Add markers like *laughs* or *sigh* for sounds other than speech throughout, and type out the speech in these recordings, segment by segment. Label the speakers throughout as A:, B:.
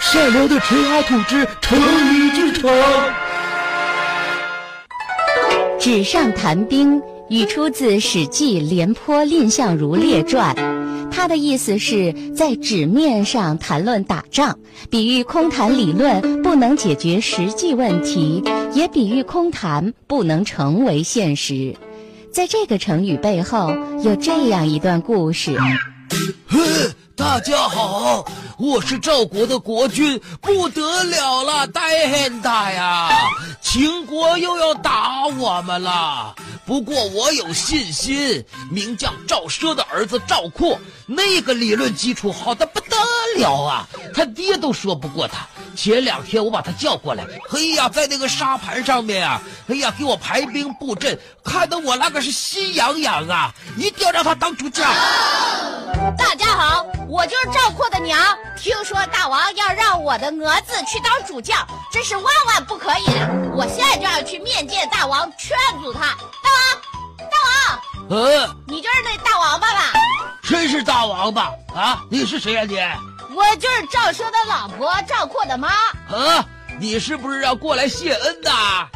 A: 善良的陈阿土之成语剧场。
B: 纸上谈兵语出自《史记·廉颇蔺相如列传》，它的意思是在纸面上谈论打仗，比喻空谈理论不能解决实际问题，也比喻空谈不能成为现实。在这个成语背后，有这样一段故事。
C: 大家好，我是赵国的国君，不得了了，呆很大呀！秦国又要打我们了。不过我有信心，名将赵奢的儿子赵括，那个理论基础好的不得了啊，他爹都说不过他。前两天我把他叫过来，嘿呀，在那个沙盘上面啊，哎呀，给我排兵布阵，看得我那个是心痒痒啊！一定要让他当主将。
D: 大家好，我就是赵括的娘。听说大王要让我的儿子去当主将，这是万万不可以的。我现在就要去面见大王，劝阻他。大
C: 王，大王，呃、啊，
D: 你就是那大王八吧？
C: 真是大王八啊！你是谁呀、啊、你？
D: 我就是赵奢的老婆，赵括的妈。
C: 啊，你是不是要过来谢恩的？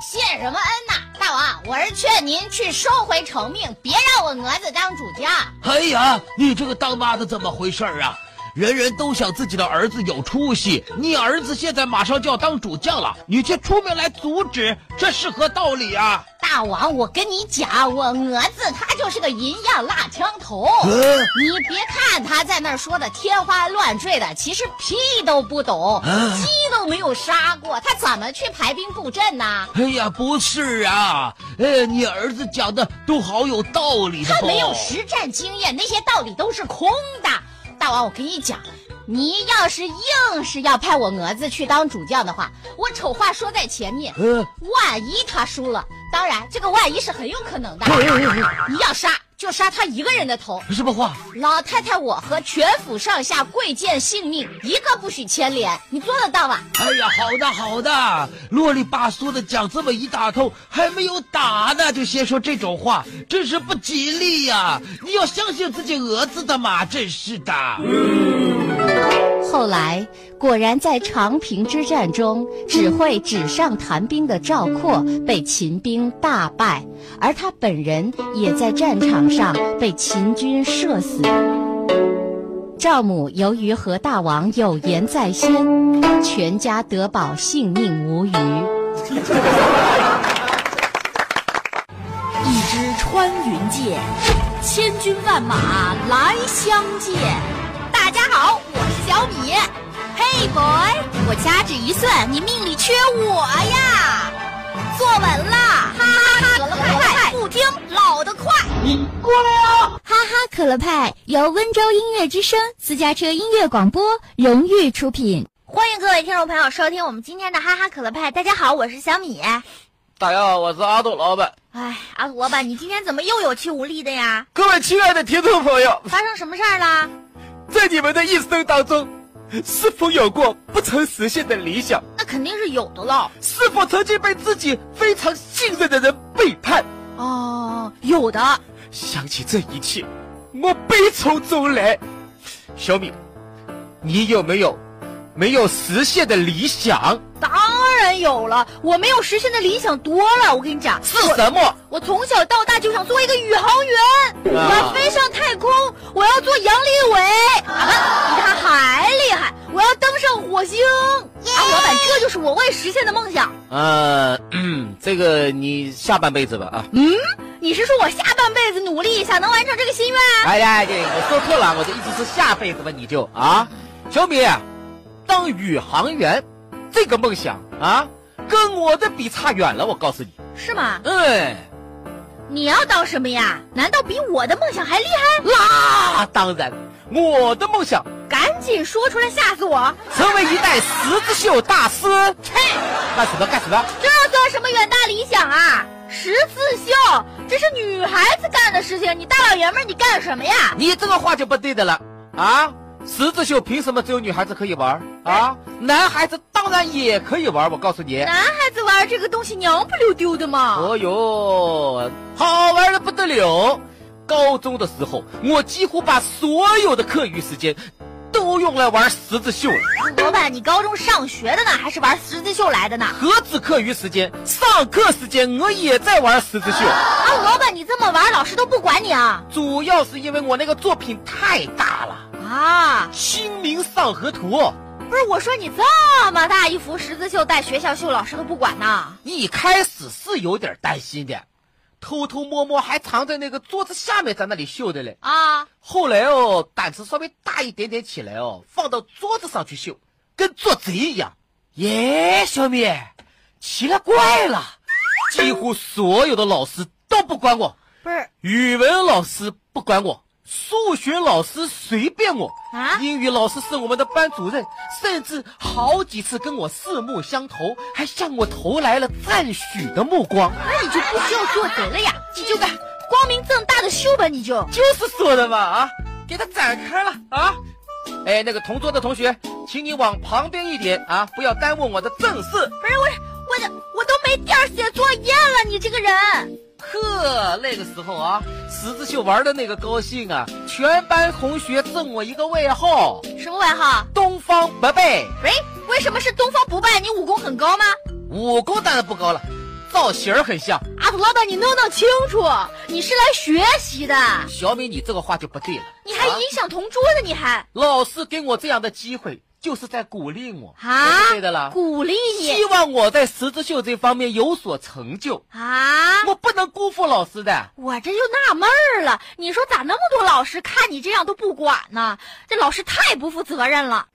D: 谢什么恩呐、啊，大王，我是劝您去收回仇命，别让我儿子当主将。
C: 哎呀，你这个当妈的怎么回事啊？人人都想自己的儿子有出息，你儿子现在马上就要当主将了，你却出面来阻止，这是何道理啊？
D: 大王，我跟你讲，我儿子他就是个银样蜡枪头。
C: 嗯、
D: 你别看他在那儿说的天花乱坠的，其实屁都不懂，
C: 啊、
D: 鸡都没有杀过，他怎么去排兵布阵呢？
C: 哎呀，不是啊，呃、哎，你儿子讲的都好有道理的、
D: 哦，他没有实战经验，那些道理都是空的。大王，我跟你讲。你要是硬是要派我儿子去当主将的话，我丑话说在前面，
C: 呃、
D: 万一他输了，当然这个万一是很有可能的。呃
C: 呃、 *laughs*
D: 你要杀就杀他一个人的头，
C: 什么话？
D: 老太太，我和全府上下贵贱性命一个不许牵连，你做得到吗？
C: 哎呀，好的好的，啰里吧嗦的讲这么一大通，还没有打呢就先说这种话，真是不吉利呀、啊！你要相信自己儿子的嘛，真是的。嗯
B: 后来，果然在长平之战中，只会纸上谈兵的赵括被秦兵大败，而他本人也在战场上被秦军射死。赵母由于和大王有言在先，全家得保，性命无虞。
E: 一支穿云箭，千军万马来相见。
D: 大家好，我是小米。
F: Hey boy，
E: 我掐指一算，你命里缺我呀！
F: 坐稳了，
D: 哈哈可乐派
F: 不听老的快，
C: 你过来呀、啊！
G: 哈哈可乐派由温州音乐之声私家车音乐广播荣誉出品，
F: 欢迎各位听众朋友收听我们今天的哈哈可乐派。大家好，我是小米。
H: 大家好，我是阿杜老板。
F: 哎，阿杜老板，你今天怎么又有气无力的 *laughs* 呀？
H: 各位亲爱的听众朋友，
F: 发生什么事儿啦？
H: 在你们的一生当中，是否有过不曾实现的理想？
F: 那肯定是有的了。
H: 是否曾经被自己非常信任的人背叛？
F: 哦，有的。
H: 想起这一切，我悲从中来。小米，你有没有没有实现的理想？
F: 当然有了，我没有实现的理想多了。我跟你讲，
H: 是什么？
F: 我从小到大就想做一个宇航员，啊、我要飞上太空，我要做杨利伟。啊，比他还厉害！我要登上火星。啊，老板，这就是我未实现的梦想。
H: 呃，嗯，这个你下半辈子吧啊。
F: 嗯，你是说我下半辈子努力一下能完成这个心愿？
H: 哎呀，这我说错了，我的意思是下辈子吧，你就啊，小米，当宇航员。这个梦想啊，跟我的比差远了，我告诉你，
F: 是吗？
H: 嗯，
F: 你要当什么呀？难道比我的梦想还厉害？
H: 那啊当然，我的梦想，
F: 赶紧说出来，吓死我！
H: 成为一代十字绣大师。
F: 切，
H: 干什么干什么？
F: 这算什么远大理想啊？十字绣，这是女孩子干的事情，你大老爷们儿，你干什么呀？
H: 你这个话就不对的了啊！十字绣凭什么只有女孩子可以玩啊？男孩子当然也可以玩，我告诉你，
F: 男孩子玩这个东西娘不溜丢的嘛。
H: 哦哟，好玩的不得了！高中的时候，我几乎把所有的课余时间都
C: 都用来玩十字绣。
D: 老板，你高中上学的呢，还是玩十字绣来的呢？
C: 何止课余时间，上课时间我也在玩十字绣，
D: 啊，老板，你这么玩，老师都不管你啊？
C: 主要是因为我那个作品太大了，
D: 啊，
C: 《清明上河图》。
D: 不是，我说你这么大一幅十字绣带学校绣，老师都不管呐？
C: 一开始是有点担心的，偷偷摸摸还藏在那个桌子下面在那里绣的嘞。
D: 啊，
C: 后来哦，胆子稍微大一点点起来哦，放到桌子上去绣，跟做贼一样。耶，小米，奇了怪了，几乎所有的老师都不管我，
D: 不是，
C: 语文老师不管我，数学老师随便我，
D: 啊
C: 英语老师是我们的班主任，甚至好几次跟我四目相投，还向我投来了赞许的目光。
D: 那你就不需要做贼了呀，你就敢光明正大的绣吧，你就。
C: 就是说的嘛啊，给他展开了啊！哎，那个同桌的同学，请你往旁边一点啊，不要耽误我的正事。
D: 不是我，我的我都没地儿写作业了，你这个人。
C: 呵，那个时候啊，十字绣玩的那个高兴啊，全班同学赠我一个外号
D: 什么外号？
C: “东方不败
D: 喂，为什么是东方不败？你武功很高吗？”，
C: 武功当然不高了，造型儿很像。
D: 啊，老板，你弄弄清楚，你是来学习的，
C: 小米，你这个话就不对了。
D: 你还
C: 啊
D: 影响同桌的，你还
C: 老师给我这样的机会，就是在鼓励我
D: 啊
C: 对不对的啦。
D: 鼓励你
C: 希望我在十字绣这方面有所成就。
D: 啊！
C: 我不能辜负老师的。
D: 我这就纳闷儿了，你说咋那么多老师看你这样都不管呢？这老师太不负责任了，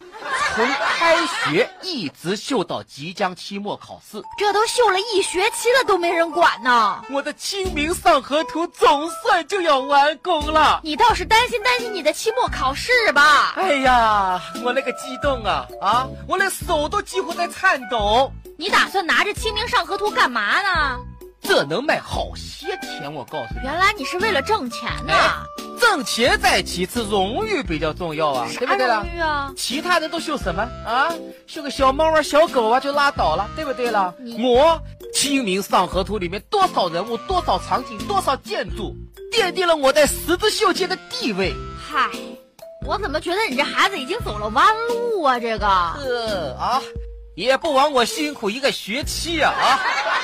C: 从开学一直秀到即将期末考试，
D: 这都秀了一学期了都没人管呢。
C: 我的《清明上河图》总算就要完工了。
D: 你倒是担心担心你的期末考试吧？
C: 哎呀，我那个激动啊啊！我那手都几乎在颤抖。
D: 你打算拿着《清明上河图》干嘛呢？
C: 这能卖好些钱，我告诉你。
D: 原来你是为了挣钱呢、
C: 哎，挣钱在其次，荣誉比较重要啊，对不对
D: 啥
C: 啦
D: 荣？誉啊？
C: 其他人都绣什么啊？绣个小猫啊、小狗啊就拉倒了，对不对啦？我《清明上河图》里面多少人物、多少场景、多少建筑，奠定了我在十字绣界的地位。
D: 嗨，我怎么觉得你这孩子已经走了弯路啊？这个
C: 呃啊，也不枉我辛苦一个学期啊啊！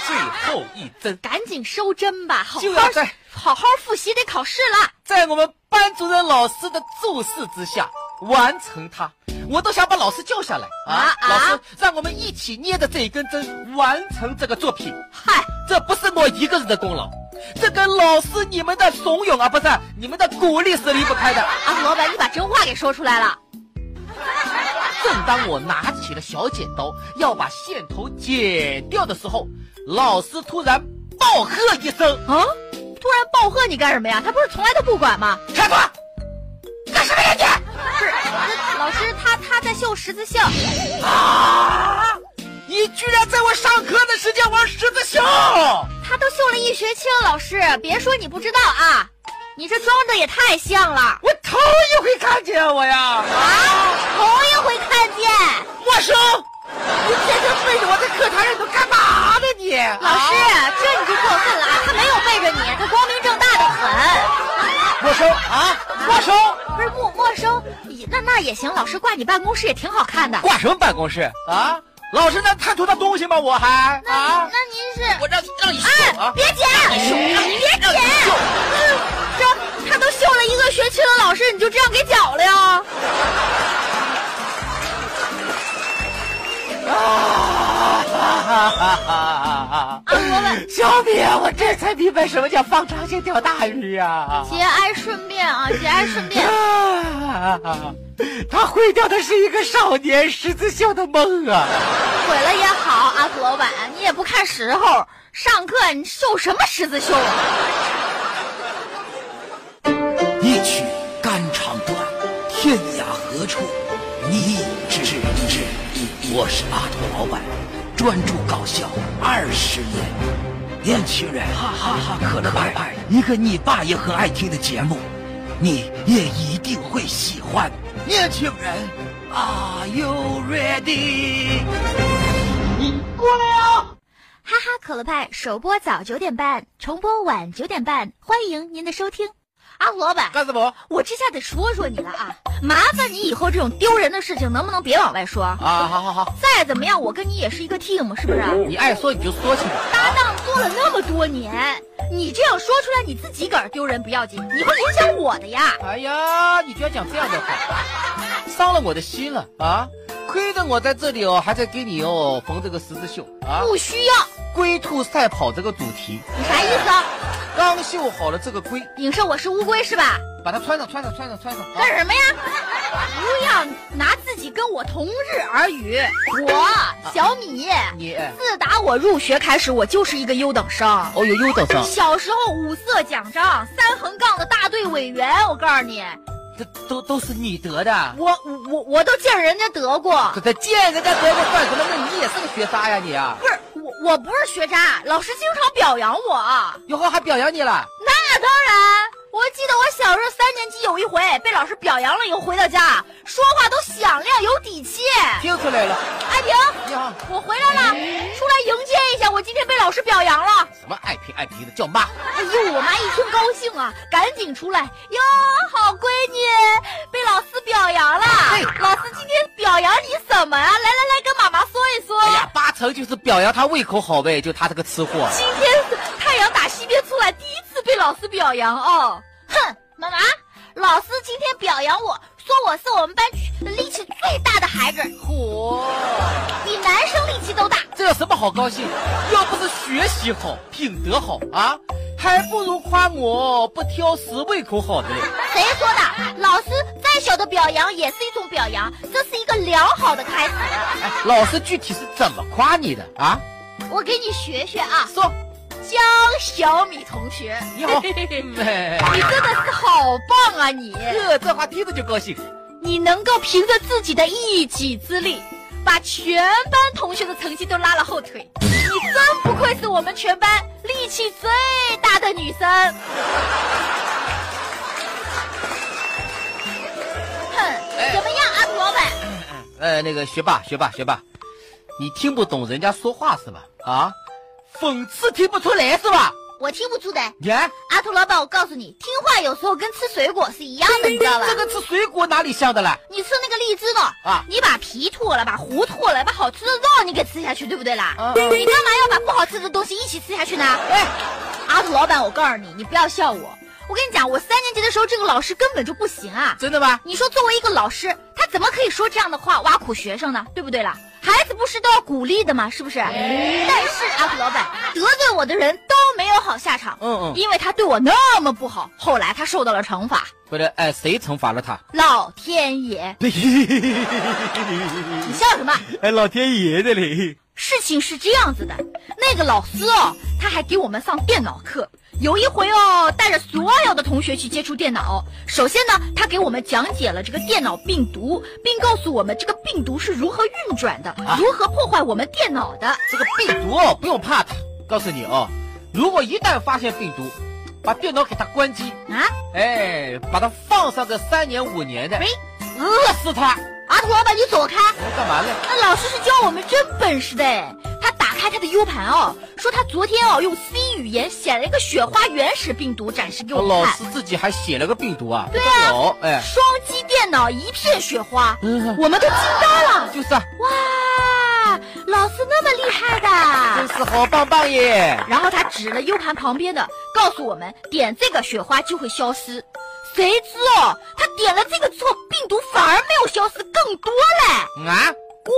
C: 最后一针，
D: 赶紧收针吧，好
C: 就啊
D: 好
C: 要在
D: 好好复习，得考试了。
C: 在我们班主任老师的注视之下完成它。我都想把老师叫下来啊！
D: 啊啊
C: 老师，让我们一起捏着这一根针完成这个作品。
D: 嗨，
C: 这不是我一个人的功劳，这跟老师你们的怂恿啊，不是你们的鼓励是离不开的。
D: 啊，老板，你把真话给说出来了。
C: 正当我拿起了小剪刀要把线头剪掉的时候，老师突然暴喝一声
D: 啊！突然暴喝你干什么呀？他不是从来都不管吗？：“ *laughs*
C: 开花，干什么呀你
D: 不是，那老师他他在绣十字绣。
C: 啊！你居然在我上课的时间玩十字绣！”
D: 他都绣了一学期了，老师，别说你不知道啊，你这装的也太像了
C: 我头一回看见我呀！
D: 啊！头一回看见，
C: 没收！你天天背着我在课堂上，你都干嘛呢你？啊
D: 老师，这你就过分了啊！他没有背着你，他光明正大的很。
C: 没收啊！没收！
D: 不是没没收，你那那也行，老师挂你办公室也挺好看的。
C: 挂什么办公室啊？老师能贪图他东西吗？我还啊！
D: 那您是？
C: 我让你让你
D: 哎
C: 秀啊！
D: 别剪，你别剪，嗯这他都秀了一个学期了，老师你就这样给搅了呀？
C: 啊哈哈哈哈！小米，我这才明白什么叫放长线钓大鱼啊呀、
D: 节哀顺变啊，节哀顺
I: *laughs*
D: 变。
C: 啊！他毁掉的是一个少年十字绣的梦啊！
D: 毁了也好啊，土老板，你也不看时候，上课你绣什么十字绣啊？
I: 一曲肝肠断，天涯何处你知之？我是阿土老板，专注搞笑二十年。年轻人，哈哈哈可乐派，一个你爸也很爱听的节目，你也一定会喜欢。年轻人，Are you ready？
G: 哈哈可乐派首播早九点半，重播晚九点半，欢迎您的收听。
J: 啊，老板，
C: 干什么？
J: 我这下得说说你了啊！麻烦你以后这种丢人的事情能不能别往外说？
C: 啊，好好好，
J: 再怎么样，我跟你也是一个 team，是不是？
C: 你爱说你就说去吧。
J: 搭档做了那么多年，你这样说出来，你自己个儿丢人不要紧，你会影响我的呀！
C: 哎呀，你居然讲这样的话，伤了我的心了啊！亏得我在这里哦，还在给你哦缝这个十字绣啊。
J: 不需要，
C: 龟兔赛跑这个主题，
J: 你啥意思啊？
C: 刚绣好了这个龟，
J: 影射我是乌龟是吧？
C: 把它穿上，穿上，穿上，穿上。啊
J: 干什么呀？不要拿自己跟我同日而语。我小米，
C: 啊你，哎
J: 自打我入学开始，我就是一个优等生。
C: 哦哟，又等上，
J: 小时候五色奖章、三横杠的大队委员，我告诉你，
C: 这都都是你得的。
J: 我我我都见人家得过。
C: 这见人家得过算什么？那你也是个学渣呀你啊！
J: 不是我，我不是学渣，老师经常表扬我。
C: 以后还表扬你了。
J: 那当然，我记得我小时候三年级有一回被老师表扬了以后回到家，说话都响亮有底气。
C: 听出来了，
J: 爱萍，
C: 你好，
J: 我回来了，出来迎接一下，我今天被老师表扬了。
C: 什么爱皮爱皮的叫妈，
J: 哎呦，我妈一听高兴啊，赶紧出来哟，好闺女，被老师表扬了。老师今天表扬你什么呀、啊来来来，跟妈妈说一说。
C: 哎呀，八成就是表扬他胃口好呗，就他这个吃货。
J: 今天太阳打西边出来，第一次被老师表扬哦。
D: 哼，妈妈，老师今天表扬我说我是我们班力气最大的孩子，
C: 嚯，
D: 比男生力气都大。
C: 这有什么好高兴？要不是学习好，品德好啊，还不如夸我不挑食，胃口好的嘞。
D: 谁说的？老师再小的表扬也是一种表扬，这是一个良好的开始。
C: 哎，老师具体是怎么夸你的啊？
D: 我给你学学啊，
C: 说，
J: 江小米同学，
C: 你好，嗯哎
J: 你真的是好棒啊你！
C: 这这话听着就高兴。
J: 你能够凭着自己的一己之力，把全班同学的成绩都拉了后腿。你真不愧是我们全班力气最大的女生。
D: 哼，怎么样，
J: 啊
D: 阿土老板？
C: 呃，那个学霸，学霸，学霸，你听不懂人家说话是吧？啊，讽刺听不出来是吧？
D: 我听不出的。
C: 你看
D: 阿土老板，我告诉你，听话有时候跟吃水果是一样的，你知道吧
C: 这？个吃水果哪里像的了？
D: 你吃那个荔枝呢？
C: 啊
D: 你把皮吐了，把核吐了，把好吃的肉你给吃下去，对不对啦？
C: 啊
D: 你干嘛要把不好吃的东西一起吃下去呢？
C: 哎，
D: 阿土老板，我告诉你，你不要笑我。我跟你讲，我三年级的时候，这个老师根本就不行啊！
C: 真的吗？
D: 你说作为一个老师，他怎么可以说这样的话挖苦学生呢？对不对啦？孩子不是都要鼓励的吗？是不是？
C: 嗯
D: 但是阿土老板得罪我的人都没有好下场，
C: 嗯嗯
D: 因为他对我那么不好，后来他受到了惩罚，
C: 不是，哎，谁惩罚了他？
D: 老天爷！你笑什么？
K: 哎，老天爷的嘞！
D: 事情是这样子的，那个老师哦，他还给我们上电脑课。有一回哦，带着所有的同学去接触电脑。首先呢，他给我们讲解了这个电脑病毒，并告诉我们这个病毒是如何运转的，如何破坏我们电脑的。
C: 这个病毒哦，不用怕它。告诉你哦，如果一旦发现病毒，把电脑给它关机，
D: 啊，
C: 哎，把它放上个三年五年的，
D: 喂，
C: 饿死它。
D: 呃阿土老板，你走开！
C: 干嘛呢？
D: 那老师是教我们真本事的哎。他打开他的 U 盘哦，说他昨天哦用 C 语言写了一个雪花原始病毒展示给我们
C: 老
D: 看。
C: 师自己还写了个病毒啊？
D: 对啊
C: 有，哎，
D: 双击电脑一片雪花，
C: 嗯
D: 我们都惊呆了！
C: 就是啊，
D: 哇，老师那么厉害
C: 真
D: 的！
C: 是好棒棒耶！
D: 然后他指了 U 盘旁边的，告诉我们点这个雪花就会消失。谁知哦，他点了这个之后，病毒反而没有消失，更多嘞，
C: 啊，
D: 关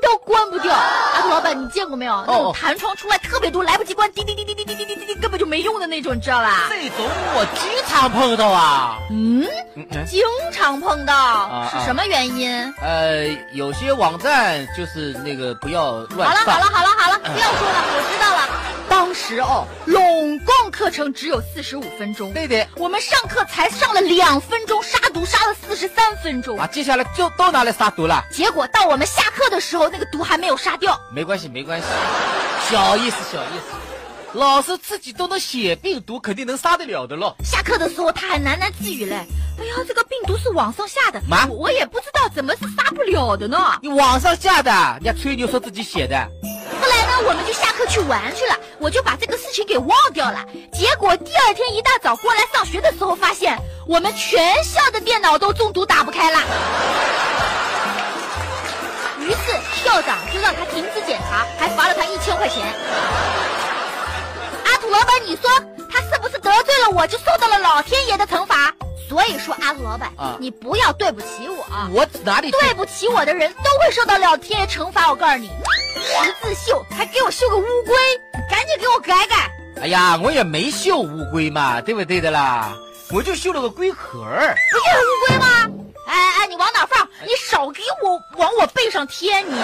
D: 都关不掉。阿土老板，你见过没有？那种弹窗出来特别多，来不及关，滴滴滴滴滴滴滴滴滴滴，根本就没用的那种，你知道吧？
C: 这种我经常碰到啊。
D: 嗯，
C: 嗯
D: 经常碰到，是什么原因？
C: 呃，有些网站就是那个不要
D: 好
C: 乱
D: 了
C: 上。
D: 好了好了好了，不要说了，我知道了。当时哦，拢共课程只有四十五分钟，
C: 对的。
D: 我们上课才上了两分钟，杀毒杀了四十三分钟
C: 啊，。接下来就都拿来杀毒了。
D: 结果到我们下课的时候，那个毒还没有杀掉。
C: 没关系，没关系， *laughs* 小意思，小意思。老师自己都能写病毒，肯定能杀得了的喽。
D: 下课的时候，他还喃喃自语嘞：“哎呀，这个病毒是网上下的，
C: 妈
D: 我我也不知道怎么是杀不了的呢。
C: 你网上下的，人家吹牛说自己写的，”
D: 后来呢，我们就下课去玩去了，我就把这个事情给忘掉了。结果第二天一大早过来上学的时候，发现我们全校的电脑都中毒打不开了。于是校长就让他停职检查，还罚了他一千块钱。阿土老板，你说他是不是得罪了我，就受到了老天爷的惩罚？所以说，阿土老板，
C: 啊
D: 你不要对不起我。啊
C: 我哪里
D: *laughs* 对不起我的人都会受到老天爷惩罚，我告诉你。十字绣还给我绣个乌龟，赶紧给我改改。
C: 哎呀，我也没绣乌龟嘛，对不对的啦？我就绣了个龟壳儿。
D: 不就是乌龟吗？哎哎，你往哪放？你少给我往我背上贴你！